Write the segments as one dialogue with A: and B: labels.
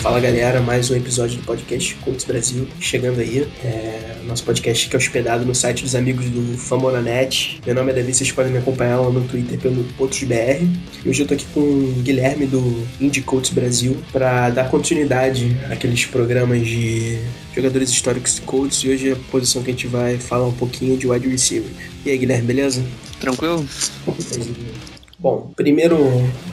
A: Fala galera, mais um episódio do podcast Cults Brasil chegando aí. É, nosso podcast que é hospedado no site dos amigos do Famonanet. Meu nome é Davi, vocês podem me acompanhar lá no Twitter pelo PotosBR. E hoje eu tô aqui com o Guilherme do Indie Cults Brasil para dar continuidade àqueles programas de jogadores históricos de Colts e hoje é a posição que a gente vai falar um pouquinho de wide receiver. E aí Guilherme, beleza?
B: Tranquilo?
A: Bom, primeiro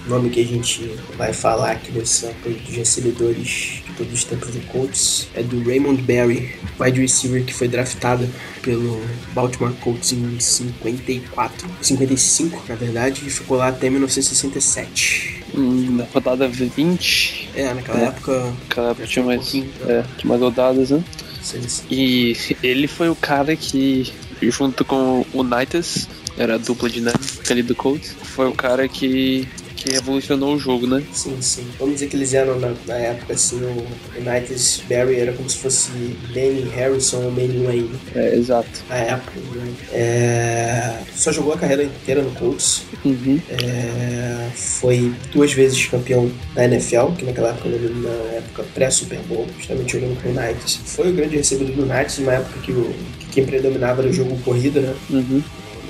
A: nome que a gente vai falar aqui desse sample dos recebedores de todos os tempos do Colts é do Raymond Berry, wide receiver que foi draftado pelo Baltimore Colts em 54, 55 na verdade, e ficou lá até 1967.
B: Hum, Na rodada 20,
A: É, naquela
B: É.
A: época
B: aquela época tinha
A: um
B: mais,
A: pouquinho,
B: é, tinha mais rodadas, né?
A: sim, sim.
B: E ele foi o cara que, junto com o Nitas, era a dupla dinâmica ali do Colts, foi o cara que, que revolucionou o jogo, né?
A: Sim, sim. Vamos dizer que eles eram na, na época assim, o United Barry era como se fosse Danny Harrison ou Manny Wayne.
B: É, exato.
A: na época. Né? É, Só jogou a carreira inteira no Colts.
B: Uhum.
A: É, Foi duas vezes campeão da NFL, que naquela época, na época pré-Super Bowl, justamente jogando com o Knights. Foi o grande recebedor do Knights, numa época que, o, que quem predominava era o jogo corrida, né?
B: Uhum.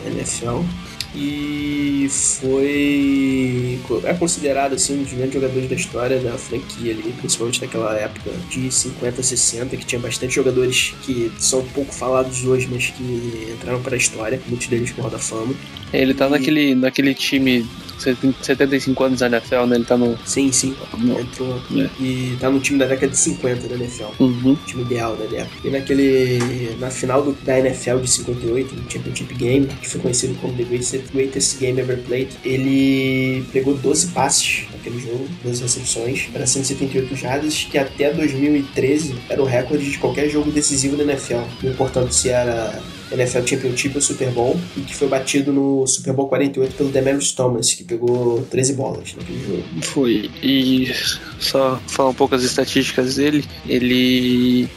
A: na NFL. E foi. É considerado assim um dos grandes jogadores da história da franquia ali, principalmente naquela época de 50, 60, que tinha bastante jogadores que são pouco falados hoje, mas que entraram para a história, muitos deles por Hall da Fama.
B: Ele tá naquele, naquele time 75 anos da NFL, né? Ele tá no.
A: Sim, sim,
B: no
A: entrou.
B: É.
A: E tá no time da década de 50 da NFL.
B: uhum.
A: o time ideal da época. E naquele. na final do, da NFL de 58, no Championship Game, que foi conhecido como The Greatest, Greatest Game Ever Played, ele pegou 12 passes naquele jogo, 12 recepções, para 178 jardas, que até 2013 era o recorde de qualquer jogo decisivo da NFL. Não importando se era. NFL Championship ou Super Bowl, e que foi batido no Super Bowl 48 pelo Demarius Thomas, que pegou 13 bolas naquele jogo.
B: Foi. E só falar um pouco as estatísticas dele. Ele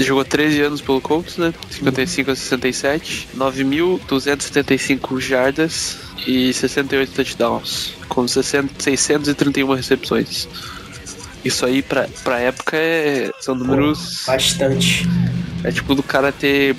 B: jogou 13 anos pelo Colts, né? 55 a 67. 9.275 jardas e 68 touchdowns. Com 60, 631 recepções. Isso aí pra, pra época é, são números.
A: Bastante.
B: É tipo do cara ter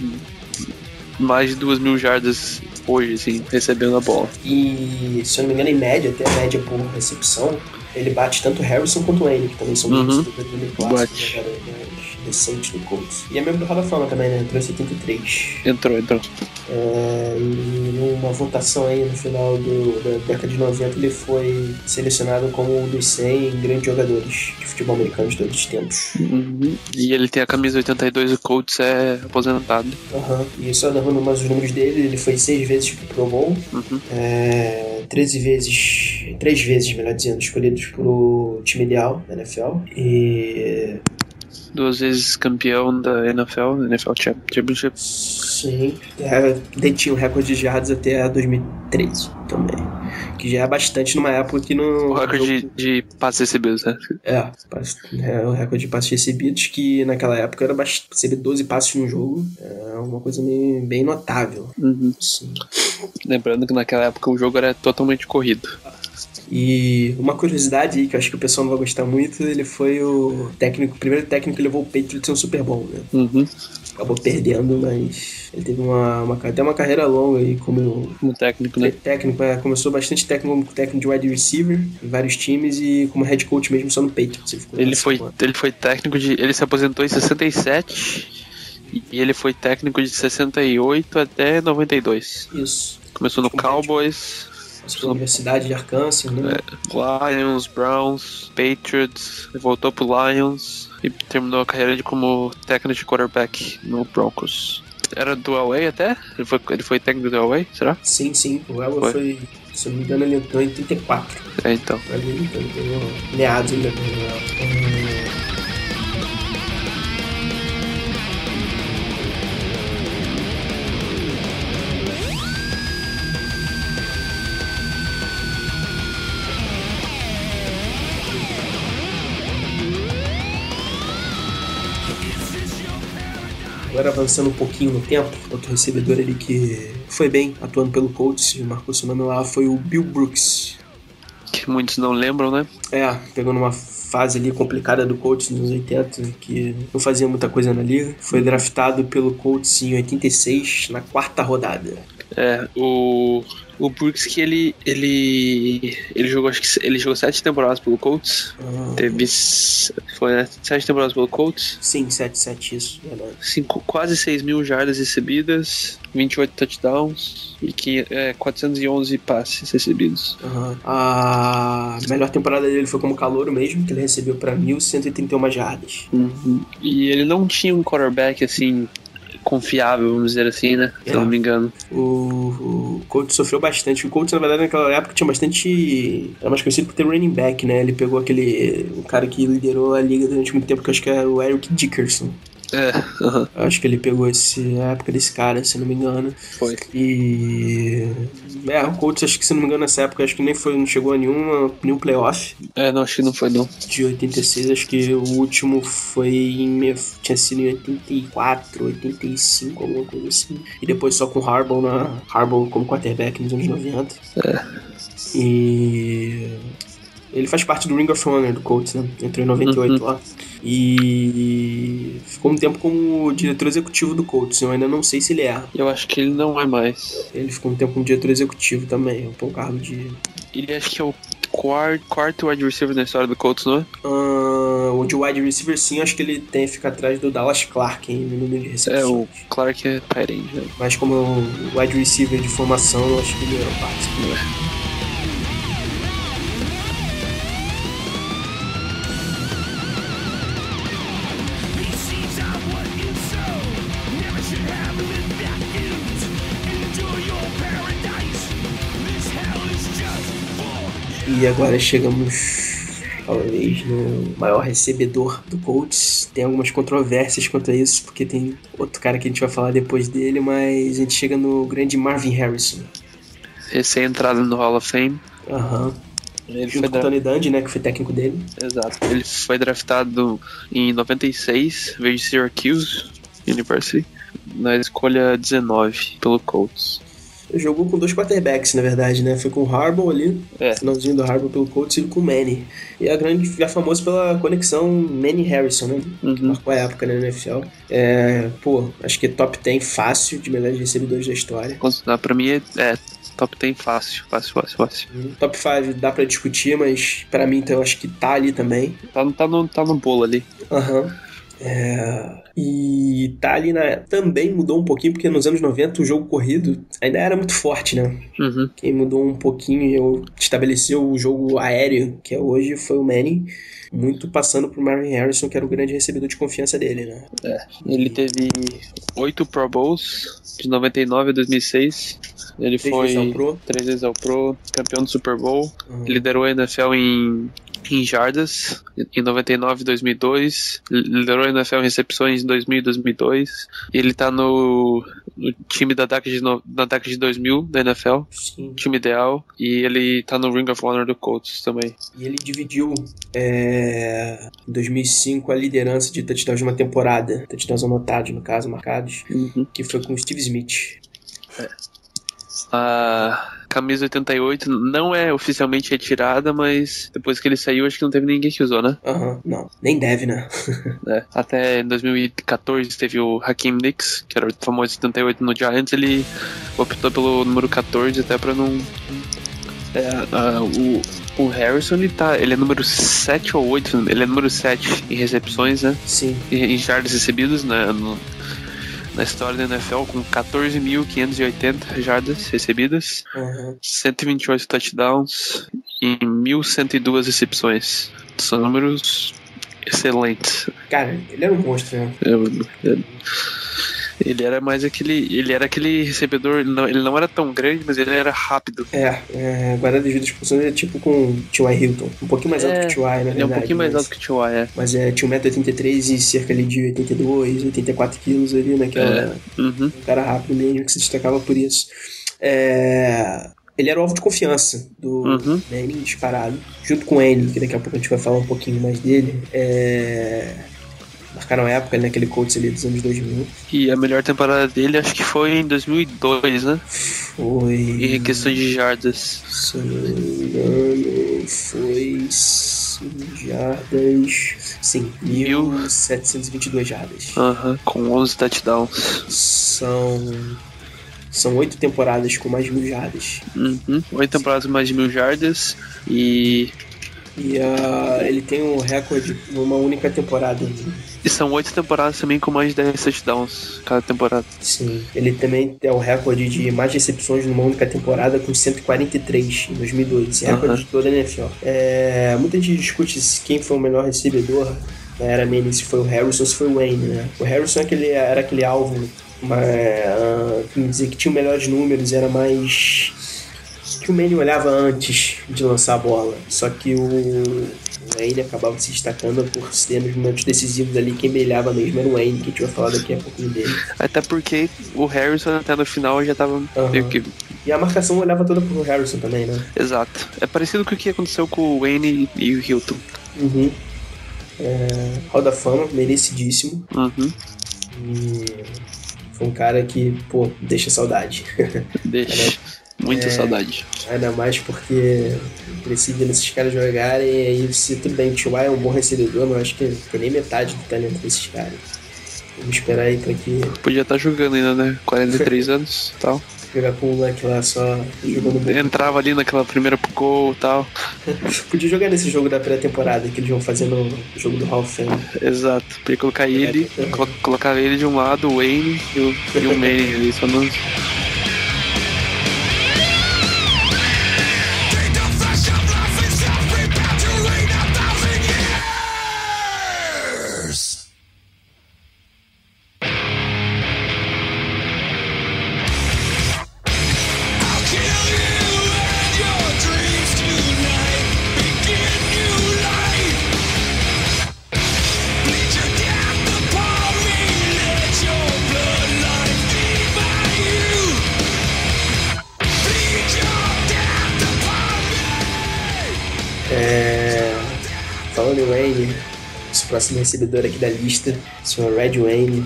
B: mais de 2 mil jardas hoje, assim, recebendo a bola.
A: E se eu não me engano, em média, até a média por recepção, ele bate tanto Harrison quanto Wayne, que também são
B: Uhum.
A: dois jogadores do
B: Bate.
A: clássico, jogadores decentes É do Colts. E é membro do Hall da Fama também, né? Entrou em 73.
B: Entrou, entrou.
A: É, e numa votação aí no final do- da década de 90, ele foi selecionado como um dos 100 grandes jogadores de futebol americano de todos os tempos.
B: Uhum. E ele tem a camisa 82, o Colts é aposentado.
A: Aham. E só narrando mais os números dele, ele foi seis vezes pro Pro Bowl,
B: Uhum.
A: é, 13 vezes, três vezes, melhor dizendo, escolhidos pro time ideal da NFL. E
B: Duas vezes campeão da NFL, NFL Champ- Championship.
A: sim, é, detinha o recorde de jardas até 2013 também, que já é bastante numa época que não
B: O recorde de, de passes recebidos, né?
A: É, passe- é o recorde de passes recebidos, que naquela época era bast- receber 12 passes num jogo, é uma coisa meio- bem notável. assim.
B: Uhum.
A: Sim.
B: Lembrando que naquela época o jogo era totalmente corrido.
A: E uma curiosidade aí que eu acho que o pessoal não vai gostar muito, ele foi o técnico, o primeiro técnico que levou o Patriots ao Super Bowl, né?
B: Uhum.
A: Acabou perdendo, mas ele teve uma, uma, até uma carreira longa aí como
B: Como técnico, né?
A: técnico, é, começou bastante técnico como técnico de wide receiver em vários times e como head coach mesmo só no Patriots. ficou
B: Ele
A: nessa
B: foi,
A: porra.
B: ele foi técnico de. Ele se aposentou em 67 e ele foi técnico de 68 até 92.
A: Isso.
B: Começou no Cowboys,
A: Passou pela Universidade de Arkansas, né?
B: É. Lions, Browns, Patriots, voltou pro Lions e terminou a carreira de como técnico de quarterback no Broncos. Era do LA até? Ele foi, ele foi técnico do LA, será?
A: Sim, sim. O Elway
B: Foi.
A: foi, se eu não me engano, ele entrou em 34.
B: É, então.
A: Ali ele pegou meados ainda. né? Agora avançando um pouquinho no tempo, outro recebedor ali que foi bem atuando pelo Colts, marcou seu nome lá, foi o Bill Brooks.
B: Que muitos não lembram, né?
A: É, pegou numa fase ali complicada do Colts nos 80, que não fazia muita coisa na liga. Foi draftado pelo Colts em 86, na quarta rodada.
B: É, o o Brooks que ele ele ele jogou acho que ele jogou sete temporadas pelo Colts.
A: Ah,
B: Teve foi né, sete temporadas pelo Colts.
A: Sim, 7-7 isso, verdade.
B: Cinco, quase 6 mil jardas recebidas, 28 touchdowns e que, é, 411 passes recebidos.
A: Aham. A melhor temporada dele foi como calouro mesmo, que ele recebeu pra 1.131 jardas.
B: E ele não tinha um quarterback assim confiável, vamos dizer assim, né? Se eu não me engano.
A: O, o Colts sofreu bastante. O Colts, na verdade, naquela época tinha bastante. Era mais conhecido por ter running back, né? Ele pegou aquele. O cara que liderou a liga durante muito tempo, que eu acho que é o Eric Dickerson.
B: É, aham,
A: Eu acho que ele pegou esse, a época desse cara, se não me engano.
B: foi.
A: E. É, o Colts, acho que se não me engano, nessa época, acho que nem foi, não chegou a nenhuma, nenhum playoff.
B: É, não, acho que não foi não.
A: De 86, acho que o último foi em. tinha sido em 84, 85, alguma coisa assim. E depois só com o Harbaugh, na, Harbaugh como quarterback nos anos 90. E. Ele faz parte do Ring of Honor do Colts, né? Entrou em 98 lá. E ficou um tempo como diretor executivo do Colts. Eu ainda não sei se ele é.
B: Eu acho que ele não é mais.
A: Ele ficou um tempo como diretor executivo também. Ocupou um cargo de.
B: Ele acho que é o quarto, quarto wide receiver na história do Colts, não é?
A: Ah, o de wide receiver, sim, acho que ele tem fica atrás do Dallas Clark hein, no número de recepções.
B: É, o Clark é Tyrande. né?
A: Mas como é um wide receiver de formação, eu acho que ele é era parte.
B: É.
A: E agora chegamos, talvez, no maior recebedor do Colts. Tem algumas controvérsias quanto a isso, porque tem outro cara que a gente vai falar depois dele, mas a gente chega no grande Marvin Harrison.
B: Recém-entrado no Hall of Fame.
A: Aham.
B: Ele foi
A: Junto com o
B: dra-
A: Tony Dungy, né, que foi técnico dele.
B: Exato. Ele foi draftado em 96, veio de Syracuse University, na escolha 19 pelo Colts.
A: Jogou com dois quarterbacks, na verdade, né? Foi com o Harbaugh ali,
B: É.
A: finalzinho do Harbaugh pelo Colts e com o Manny. E a grande, já famoso pela conexão Manny-Harrison, né? Que
B: Uhum.
A: marcou a época na NFL. É, pô, acho que top 10 fácil de melhores recebedores da história.
B: Considerar pra mim é, é top 10 fácil, fácil, fácil, fácil.
A: Hum. Top 5 dá pra discutir, mas pra mim, então, eu acho que tá ali também.
B: Tá, no- tá, no, tá no bolo ali.
A: Aham. É, e tá ali na. Também mudou um pouquinho, porque nos anos 90 o jogo corrido ainda era muito forte, né?
B: Uhum.
A: Quem mudou um pouquinho e eu- estabeleceu o jogo aéreo, que é hoje, foi o Manning. Muito passando pro Marvin Harrison, que era o grande recebedor de confiança dele, né?
B: Ele teve 8 Pro Bowls, de 99 a 2006. Ele
A: Três
B: foi
A: vezes ao Pro.
B: três vezes ao Pro, campeão do Super Bowl.
A: Uhum.
B: Liderou a NFL em, em jardas em 99 e 2002. Liderou a NFL em recepções em 2000 e 2002. E ele tá no, no time da década, de no, da década de 2000 da NFL.
A: Sim.
B: Time ideal. E ele tá no Ring of Honor do Colts também.
A: E ele dividiu é, em 2005 a liderança de touchdowns de uma temporada. Touchdowns anotados, no caso, marcados.
B: Uhum.
A: Que foi com o Steve Smith.
B: A camisa 88 não é oficialmente retirada, mas depois que ele saiu, acho que não teve ninguém que usou, né?
A: Aham, não. Nem deve, né?
B: É. Até em 2014 teve o Hakim Nicks, que era o famoso 78 no Giants, ele optou pelo número 14 até pra não. É, a- o, o Harrison ele tá. Ele é número 7 ou 8, ele é número 7 em recepções, né?
A: Sim.
B: Em em jardas recebidas né, no- na história da NFL com 14.580 jardas recebidas.
A: Aham.
B: 128 touchdowns e 1.102 recepções. São números excelentes.
A: Cara, ele era um monstro, né?
B: Eu- eu- ele era mais aquele. Ele era aquele recebedor. Ele não, ele não era tão grande, mas ele era rápido.
A: É, é guardado devido às proporções, ele é tipo com o T.Y. Hilton. Um pouquinho mais alto
B: É,
A: que o T.Y., na verdade.
B: Ele é um pouquinho mais
A: mas-
B: alto que o Chihuahua, é.
A: Mas é, tinha 1,83m e cerca ali de 82, 84 quilos ali naquela.
B: Uhum.
A: Um cara rápido mesmo que se destacava por isso. É, Ele era o alvo de confiança do
B: Uhum.
A: Manning disparado. Junto com ele, que daqui a pouco a gente vai falar um pouquinho mais dele. É... marcaram a época ali naquele Colts ali dos anos 2000.
B: E a melhor temporada dele acho que foi em 2002, né?
A: Foi.
B: Em questão de jardas.
A: Se eu não me engano, foi cinco jardas. Sim,
B: Mil.
A: 1722 jardas.
B: Aham, com 11 touchdowns.
A: São. São oito temporadas com mais de mil jardas.
B: Uhum. Oito temporadas mais de mil jardas. E,
A: E ah, ele tem um recorde numa única temporada.
B: e são oito temporadas também com mais de 10 touchdowns cada temporada.
A: Sim. Ele também é o recorde de mais recepções numa única temporada com 143 em 2002. Esse é recorde
B: Aham.
A: de toda a NFL. É, muita gente discute se quem foi o melhor recebedor na era Manning, se foi o Harrison ou se foi o Wayne, né? O Harrison é aquele, era aquele alvo, mas, ah, como dizer, que tinha melhores números, era mais... que o Manning olhava antes de lançar a bola. Só que o... Wayne acabava se destacando por ser nos momentos decisivos ali, quem brilhava mesmo era o Wayne, que a gente vai falar daqui a pouquinho dele.
B: Até porque o Harrison até no final já tava meio que.
A: E a marcação olhava toda pro Harrison também, né?
B: Exato. É parecido com o que aconteceu com o Wayne e o Hilton.
A: Uhum. É, Hall da Fama, merecidíssimo.
B: Uhum.
A: E foi um cara que, pô, deixa saudade.
B: Deixa. Muita saudade.
A: Ainda mais porque precisa ver esses caras jogarem. E aí, se tudo bem, o T.Y. é um bom recebedor, mas acho que não tem nem metade do talento desses caras. Vamos esperar aí pra que
B: Podia estar jogando ainda, né? 43 anos e tal.
A: jogar com o moleque lá só jogando bem.
B: Entrava ali naquela primeira pro gol e tal.
A: Podia jogar nesse jogo da pré-temporada que eles vão fazer no jogo do Hall of Fame.
B: Exato. Podia colocar ele, colo colocava ele de um lado, o Wayne e o, e o Manning ali, só não.
C: Take the flesh of life itself, prepared to reign a thousand years. I'll kill you and your dreams tonight. Begin new life. Bleed your death upon me. Let your bloodline defy you. Bleed your death upon me.
A: É... Falando em Wayne, esse próximo recebedor aqui da lista, o senhor Red Wayne,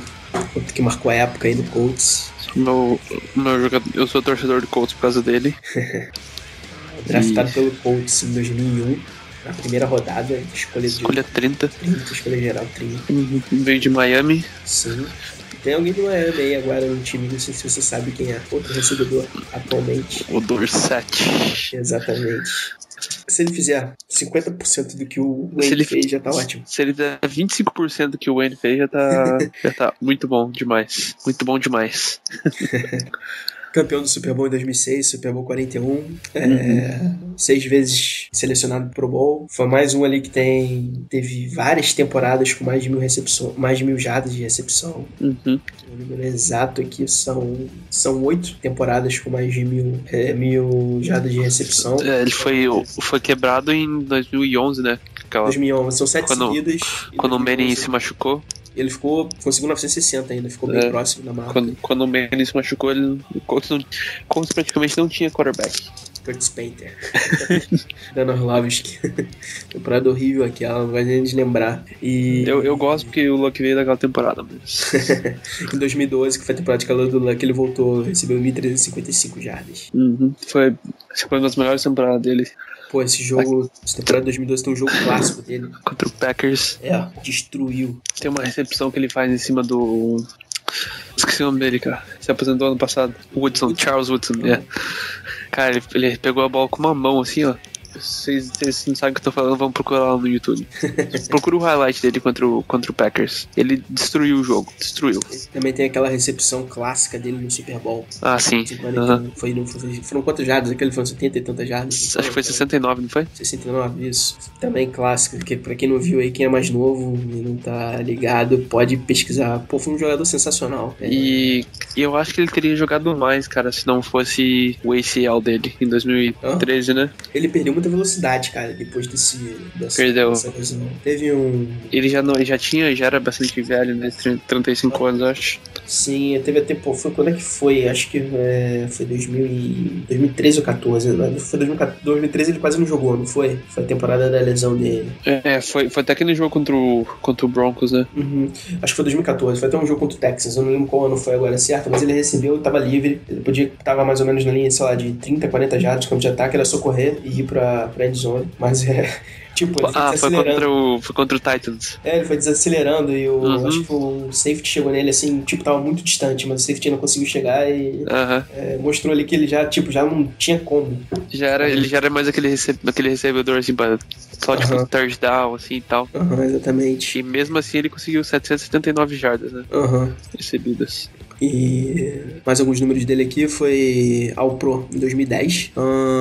A: outro que marcou a época aí do Colts.
B: Meu, meu jogador, eu sou torcedor do Colts por causa dele.
A: Draftado pelo Colts em 2001, na primeira rodada, escolha de
B: Escolha 30.
A: 30, escolha geral 30.
B: Veio de Miami.
A: Sim. Tem alguém do Miami aí agora no time, não sei se você sabe quem é. Outro recebedor atualmente.
B: O Dorset.
A: Exatamente. Se ele fizer 50% do que o
B: Se
A: Wayne
B: ele-
A: fez, já tá ótimo.
B: Se ele der 25% que o Wayne fez, já tá, já tá muito bom demais. Muito bom demais.
A: campeão do Super Bowl em 2006, Super Bowl 41, é,
B: Uhum.
A: seis vezes selecionado pro Bowl. Foi mais um ali que tem teve várias temporadas com mais de mil recepção, mais de mil jardas de recepção.
B: Uhum.
A: O número é exato aqui são são oito temporadas com mais de mil é, mil jardas de recepção.
B: É, ele foi, foi quebrado em 2011, né? Aquela-
A: 2011 são sete
B: Quando-
A: seguidas. E
B: quando o
A: 2011,
B: Manning se machucou.
A: ele ficou conseguiu 960 ainda, ficou bem
B: É.
A: próximo da marca.
B: Quando, quando o Manning se machucou, ele, o Colts, não, o Colts praticamente não tinha quarterback.
A: Curtis Painter. Dana Orlovski. Temporada horrível aquela, não vai nem de lembrar. E
B: Eu, eu gosto porque o Luck veio daquela temporada, mas.
A: em 2012, que foi a temporada de calor do Luck, ele voltou, recebeu 1.355 jardas.
B: Uhum. Foi, acho que foi uma das melhores temporadas dele
A: Pô, esse jogo, essa temporada de 2012 tem um jogo clássico dele.
B: contra o Packers.
A: É, destruiu.
B: Tem uma recepção que ele faz em cima do. Esqueci o nome dele, cara. Se aposentou ano passado. Woodson, Charles Woodson, é. Cara, ele, ele pegou a bola com uma mão assim, ó. Vocês, vocês não sabem o que eu tô falando, vão procurar lá no YouTube. Procura o highlight dele contra o, contra o Packers. Ele destruiu o jogo, destruiu.
A: Também tem aquela recepção clássica dele no Super Bowl.
B: Ah, sim. Aham.
A: Foi, não foi- foram quantas jardas? Aquele foram 70 e tantas jardas?
B: Acho que foi 69, não foi?
A: 69, isso. Também clássico, porque pra quem não viu aí, quem é mais novo e não tá ligado, pode pesquisar. Pô, foi um jogador sensacional. É,
B: E e eu acho que ele teria jogado mais, cara, se não fosse o ACL dele em 2013, né?
A: Ele perdeu muita velocidade, cara, depois desse... Dessa,
B: Perdeu.
A: dessa lesão. Teve um...
B: Ele já, não, ele já tinha, já era bastante velho, né? 30, 35 anos, eu acho.
A: Sim, teve até, pô, foi quando é que foi? Acho que é, foi 2000 e- 2013 ou 14. né? Foi 2014, 2013 ele quase não jogou, não foi? Foi a temporada da lesão dele.
B: É, foi, foi até aquele jogo contra o, contra o Broncos, né?
A: Uhum. Acho que foi 2014, foi até um jogo contra o Texas, eu não lembro qual ano foi agora certo, mas ele recebeu, tava livre, ele podia, tava mais ou menos na linha, sei lá, de 30, 40 jardas de campo de ataque, era só correr e ir pra, pra endzone, mas é, tipo, ele foi
B: Ah, foi
A: desacelerando.
B: contra o, foi contra o Titans.
A: É, ele foi desacelerando e o,
B: Uhum.
A: acho que o safety chegou nele assim, tipo, tava muito distante, mas o safety não conseguiu chegar e
B: Aham.
A: é, mostrou ali que ele já, tipo, já não tinha como.
B: Já era, ele já era mais aquele, rece, aquele recebedor, assim, pra, só tipo
A: Aham.
B: third down, assim e tal.
A: exatamente.
B: E mesmo assim ele conseguiu 779 jardas, né? Recebidas.
A: E mais alguns números dele aqui foi ao Pro em 2010.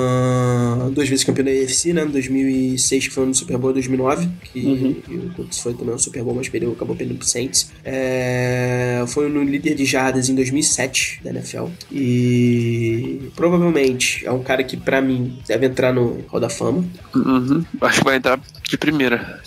A: Ahn, duas vezes campeão da UFC, né? 2006 que foi no Super Bowl, 2009 que
B: Uhum.
A: o Colts foi também um Super Bowl, mas perdeu, acabou perdendo pro Saints. É, foi no líder de jardas em 2007 da NFL. E provavelmente é um cara que pra mim deve entrar no Hall da Fama,
B: Uhum. Acho que vai entrar de primeira.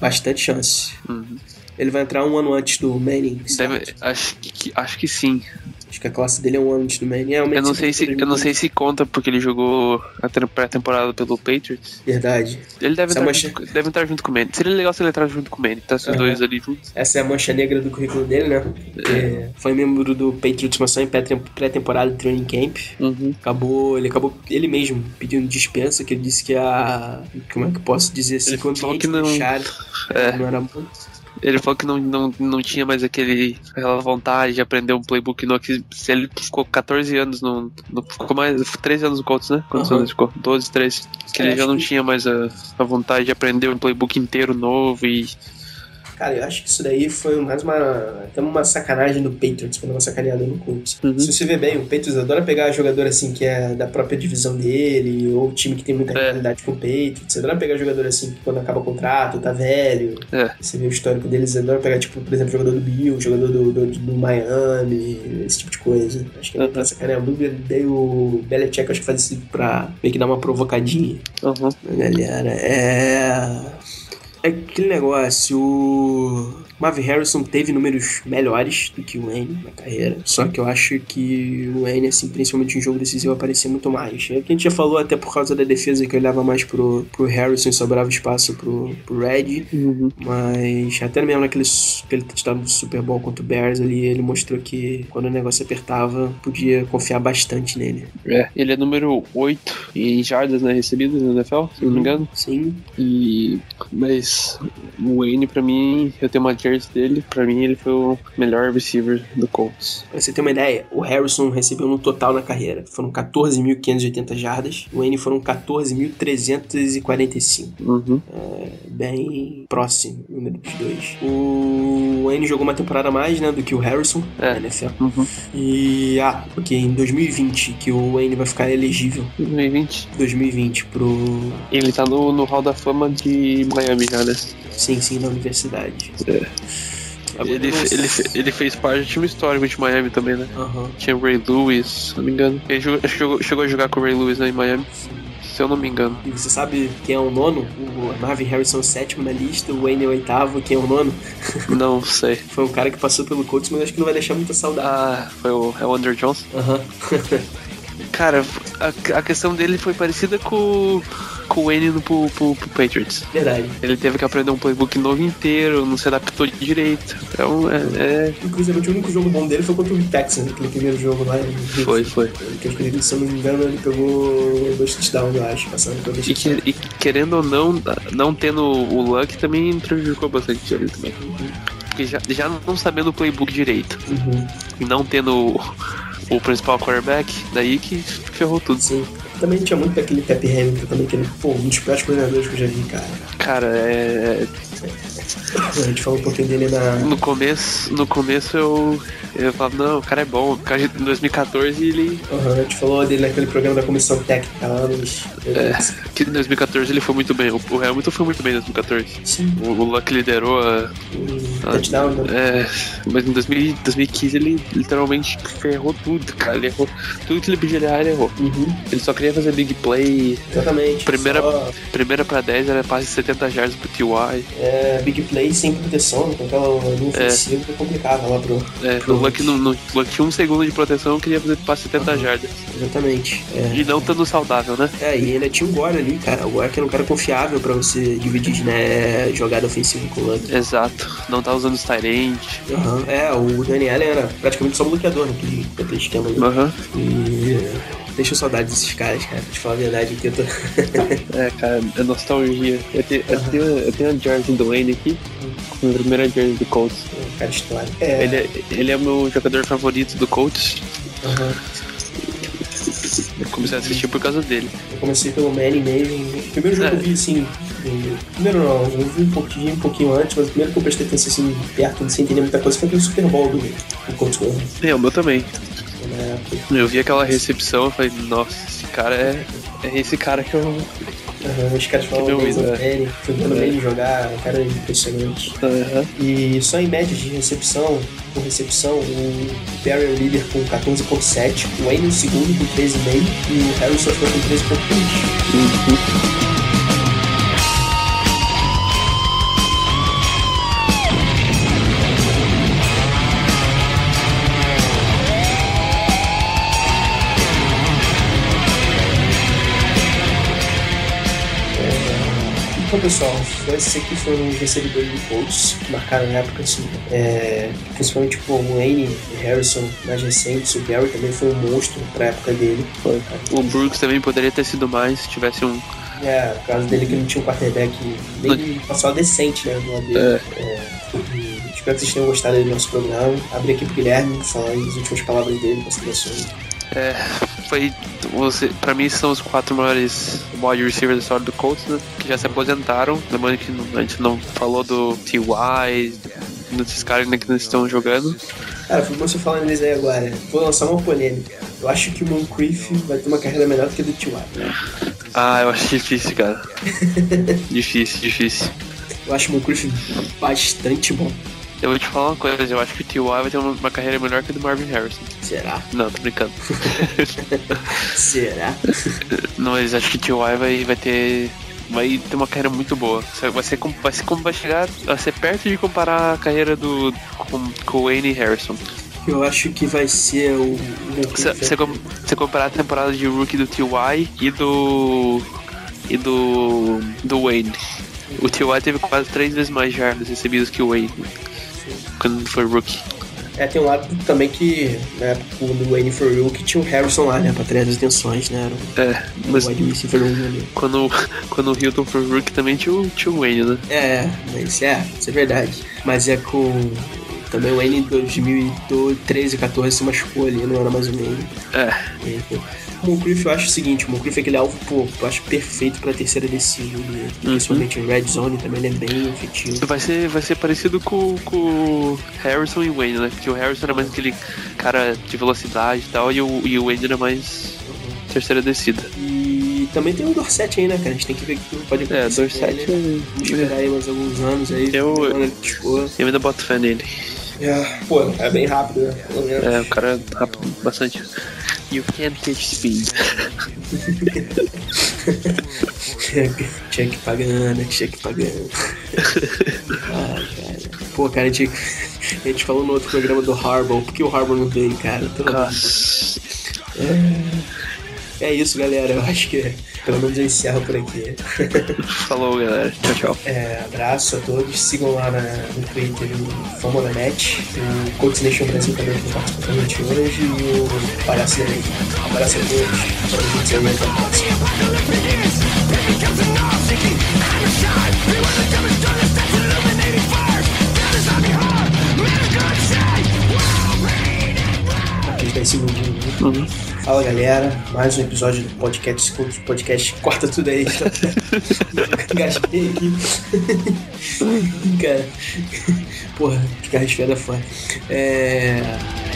A: bastante chance.
B: Uhum.
A: Ele vai entrar um ano antes do Manning. certo?
B: Deve- acho, que, acho que sim.
A: Acho que a classe dele é um ano antes do Manning. É, o
B: Eu
A: Manning
B: não, sei se, eu não sei se conta porque ele jogou a tem- pré-temporada pelo Patriots.
A: Verdade.
B: Ele deve
A: Essa
B: entrar,
A: mancha-
B: junto, com- deve entrar junto com o Manning. Seria legal se ele entrar junto com o Manning. Tá esses
A: Aham.
B: dois ali juntos.
A: Essa é a mancha negra do currículo dele, né? É, foi membro do Patriots Maçã em pré- pré-temporada do Training Camp.
B: Uhum.
A: Acabou, ele acabou ele mesmo pedindo dispensa, que ele disse que a. Como é que eu posso dizer assim?
B: Ele
A: Quando
B: falou que não- É.
A: não era muito.
B: Ele falou que não, não, não tinha mais aquele, aquela vontade de aprender um playbook. Não, que se ele ficou 14 anos, no, no- ficou mais 13 anos no Colts, né? Quantos
A: Aham.
B: anos ficou? 12, 13. Que
A: É,
B: ele já
A: acho
B: não
A: que-
B: tinha mais a, a vontade de aprender um playbook inteiro novo e.
A: Cara, eu acho que isso daí foi mais uma. Até uma sacanagem do Patriots, foi uma sacaneada no Colts.
B: Uhum.
A: Se você vê bem, o Patriots adora pegar jogador assim que é da própria divisão dele, ou time que tem muita
B: É.
A: rivalidade com o Patriots. Você adora pegar jogador assim que quando acaba o contrato, tá velho.
B: É.
A: Você vê o histórico deles, eles adoram pegar, tipo, por exemplo, jogador do Bill, jogador do, do, do Miami, esse tipo de coisa. Acho que
B: Uhum.
A: é pra sacanear muito. Daí o Belichick, acho que faz isso pra meio que dar uma provocadinha.
B: Aham.
A: Galera, é. É aquele negócio, o. Marvin Harrison teve números melhores do que o Wayne na carreira. Só que eu acho que o Wayne, assim, principalmente em jogo decisivo, aparecia muito mais. É o que a gente já falou até por causa da defesa que olhava mais pro, pro Harrison e sobrava espaço pro, pro Red.
B: Uhum.
A: Mas até mesmo naquele su- aquele touchdown do Super Bowl contra o Bears ali, ele mostrou que quando o negócio apertava, podia confiar bastante nele.
B: É, ele é número 8 em jardas né, recebidas na NFL, se não me engano.
A: Sim,
B: E, mas o Wayne, pra mim, eu tenho uma jersey dele. Pra mim, ele foi o melhor receiver do Colts.
A: Pra você ter uma ideia, o Harrison recebeu no total na carreira. Foram 14.580 jardas. O N foram 14.345.
B: Uhum.
A: Bem próximo, o número dos dois. O N jogou uma temporada a mais, né, do que o Harrison
B: É.
A: na NFL.
B: Uhum.
A: E, ah, porque em 2020, que o N vai ficar elegível.
B: 2020.
A: 2020 pro...
B: Ele tá no, no Hall da Fama de Miami já, né?
A: Sim, sim, da universidade. Agora
B: É. Ele,
A: eu não
B: ele,
A: sei-
B: ele fez parte do time histórico de Miami também, né?
A: Aham.
B: Tinha o Ray Lewis, se não me engano. Ele jogou, chegou, chegou a jogar com o Ray Lewis né, em Miami,
A: sim.
B: se eu não me engano.
A: E você sabe quem é o nono? O Marvin Harrison é o sétimo na lista, o Wayne é o oitavo, quem é o nono?
B: Não sei.
A: Foi um cara que passou pelo Colts, mas acho que não vai deixar muita saudade.
B: Ah, foi o, é o Andrew Johnson. Cara, a, a questão dele foi parecida com, com o Wayne no, pro, pro- pro Patriots.
A: Verdade.
B: Ele teve que aprender um playbook novo inteiro, não se adaptou direito. Então, é. é-
A: Inclusive, o único jogo bom dele foi contra o Texans, aquele primeiro jogo lá. em Houston.
B: é, foi, foi.
A: Que eu acredito, se eu não me engano, ele pegou dois touchdowns, eu acho, passando pra
B: E,
A: deixar.
B: que- e querendo ou não, não tendo o Luck também prejudicou bastante ele também. Porque já, já não sabendo o playbook direito
A: Uhum.
B: e não tendo o, o principal quarterback, daí que ferrou tudo.
A: Sim. Também tinha muito daquele Tap Hamilton também, que ele, pô, um dos piores coordenadores que eu já vi, cara.
B: Cara, é,
A: A gente falou um pouquinho dele na.
B: no começo, no começo eu, eu falava, não, o cara é bom. Por causa de- Em 2014 ele.
A: Aham, a gente falou dele naquele programa da comissão técnica lá nos.
B: Que em 2014 ele foi muito bem. O, o Hamilton foi muito bem em 2014.
A: Sim,
B: O, o Luck liderou a.
A: um
B: Ah,
A: touchdown, né?
B: É, mas em 2000 2015 ele literalmente ferrou tudo, cara. Ele errou. Tudo que ele pediu ele errar, ele errou.
A: Uhum,
B: Ele só queria fazer big play.
A: exatamente.
B: É. Primeira-
A: Só-
B: Primeira pra 10 era passe de 70 jardas pro TY.
A: É, é, big play sem proteção, com aquela linha ofensiva complicada lá pro.
B: É, o Luck, no, no, Luck tinha um segundo de proteção e queria fazer passe 70 jardas.
A: Exatamente. É.
B: E não estando saudável, né?
A: É, e ainda tinha o Gore ali, cara. O Gore que era um cara confiável pra você dividir, né, jogada ofensiva com o Luck.
B: Exato. Não tá usando Tyrant.
A: Aham. É, o Daniel era praticamente só bloqueador naquele naquele esquema ali.
B: Aham.
A: E é, deixa eu saudade desses caras, cara. Pra te falar a verdade, eu um tento...
B: É, cara, é nostalgia. Eu tenho, eu tenho, eu tenho a Jersey do Wayne aqui, a minha primeira Jersey do Colts.
A: cara história. É,
B: Ele, é- ele é o meu jogador favorito do Colts.
A: aham.
B: Eu comecei a assistir por causa dele.
A: Eu comecei pelo Manning mesmo. O primeiro jogo que eu vi, assim. em- Primeiro não, eu vi um pouquinho, um pouquinho antes, mas o primeiro que eu prestei atenção assim, perto, sem entender muita coisa, foi aquele Super Bowl do, do né? Colts Gordo.
B: É, o meu também.
A: Na época.
B: Eu vi aquela recepção e falei, nossa, esse cara é. É esse cara que eu.
A: Aham, Os caras falam
B: Que
A: do
B: meu ídolo,
A: Manning, foi vendo
B: É.
A: ele jogar, o cara é impressionante.
B: Aham.
A: E só em média de recepção, por recepção, o Barry é o líder com 14,7, o Wayne é o segundo com 13,5 e o Harrison ficou com 13,3. Então, pessoal, esses aqui foram os recebedores do Colts, que marcaram na época, assim, é, principalmente tipo, o Wayne o Harrison, mais recentes, o Barry também foi um monstro pra época dele.
B: O Brooks também poderia ter sido mais se tivesse um.
A: É, o caso dele que não tinha um quarterback nem pessoal decente, né, do lado dele. E Espero que vocês tenham gostado aí do nosso programa. Abrir aqui pro Guilherme, falar aí as últimas palavras dele, considerações.
B: É, foi. Você, pra mim, são os quatro maiores wide receivers da história do Colts, né? Que já se aposentaram. Lembrando que não- a gente não falou do T.Y., desses caras ainda que não estão jogando.
A: Cara, foi bom você falar deles aí agora. Vou lançar uma polêmica. Eu acho que o Moncrief vai ter uma carreira melhor do que a do T.Y.
B: Ah, eu acho difícil, cara. difícil, difícil.
A: Eu acho o Moncrief bastante bom.
B: Eu vou te falar uma coisa, eu acho que o T.Y. vai ter uma, uma carreira melhor que a do Marvin Harrison.
A: Será?
B: Não, tô brincando.
A: Será?
B: Não, mas acho que o T.Y. vai, vai ter. Vai ter uma carreira muito boa. Só Vai ser, com- vai ser como vai chegar. Vai ser perto de comparar a carreira do. com, com o Wayne Harrison.
A: Eu acho que vai ser o. o
B: Se você com- você comparar a temporada de rookie do T.Y. e do. e do. do Wayne. O T.Y. teve quase três vezes mais jardas recebidas que o Wayne. Quando foi rookie.
A: É, tem um lado também que, né, quando o Wayne for Real, que tinha o Harrison lá, né, pra atrair as atenções, né? Era o-
B: É, mas
A: o wide receiver um ali.
B: quando, quando o Hilton foi rookie também tinha o, tinha o Wayne, né?
A: É, mas é, isso é verdade. Mas é com. Também o Wayne em 2013, 14 se machucou ali, não era mais o mesmo.
B: É,
A: É, pô. O Moncrief, eu acho o seguinte, o Moncrief é aquele alvo, pô, eu acho perfeito pra terceira descida, né? principalmente em Red Zone também, ele é bem efetivo.
B: vai ser, vai ser parecido com, com o Harrison e o Wayne, né? Porque o Harrison era mais aquele cara de velocidade e tal, e o, e o Wayne era mais terceira descida.
A: E também tem o Dorset aí, né, cara? A gente tem que ver o que pode
B: É,
A: acontecer. né?
B: dois sete.
A: com ele. Vamos esperar aí mais alguns anos aí.
B: Eu-
A: quando ele dispor.
B: Eu ainda boto fé nele.
A: É, pô, é bem rápido, né? Pelo menos.
B: É, o cara é rápido, bastante. а, You can't catch speed.
A: Tinha que pagar, né? Tinha que pagar. Ai, cara. Pô, cara, a gente, a gente falou no outro programa do Harbaugh. Por que o Harbaugh não veio, cara? Pelo amor
B: Э,
A: de
B: Nossa.
A: Deus. É isso, galera. Eu acho que é. pelo menos eu encerro por aqui.
B: Falou, galera. Tchau, tchau.
A: É, abraço a todos. Sigam lá na, no Twitter o Fama da Net, o Coach Nation Brasil também que participa com a gente hoje e o Palhaço da Lei. Abraço a todos. Tamo junto, até mais, até a próxima. A gente tá em segundinho, né? Fala galera, mais um episódio do podcast Scouts, podcast corta tudo aí. Gastei aqui. Cara, porra, que cara de fé da fã. É.